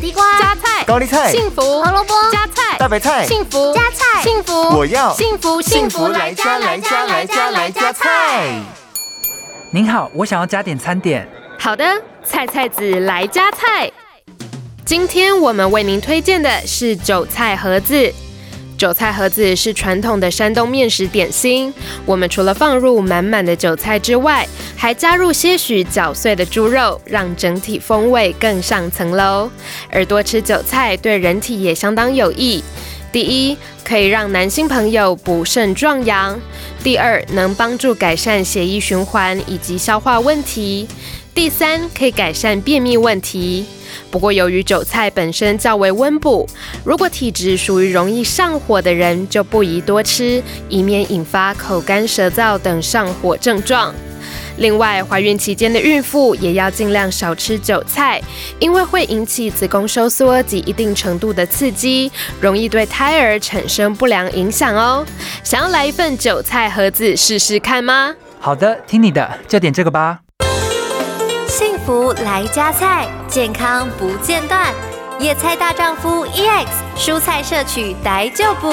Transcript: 地瓜、加菜、高丽菜、幸福、胡萝卜、加菜、大白菜、幸福、加菜幸福，我要幸福幸福来家来家来家来家菜。您好，我想要加点餐点。好的，菜菜子来加菜。今天我们为您推荐的是韭菜盒子。韭菜盒子是传统的山东面食点心。我们除了放入满满的韭菜之外，还加入些许搅碎的猪肉，让整体风味更上层楼。而多吃韭菜对人体也相当有益。第一，可以让男性朋友补肾壮阳；第二，能帮助改善血液循环以及消化问题；第三，可以改善便秘问题。不过，由于韭菜本身较为温补，如果体质属于容易上火的人，就不宜多吃，以免引发口干舌燥等上火症状。另外，怀孕期间的孕妇也要尽量少吃韭菜，因为会引起子宫收缩及一定程度的刺激，容易对胎儿产生不良影响哦。想要来一份韭菜盒子试试看吗？好的，听你的，就点这个吧。幸福来加菜，健康 E 不间断。野菜大丈夫 EX 蔬菜摄取逮就补。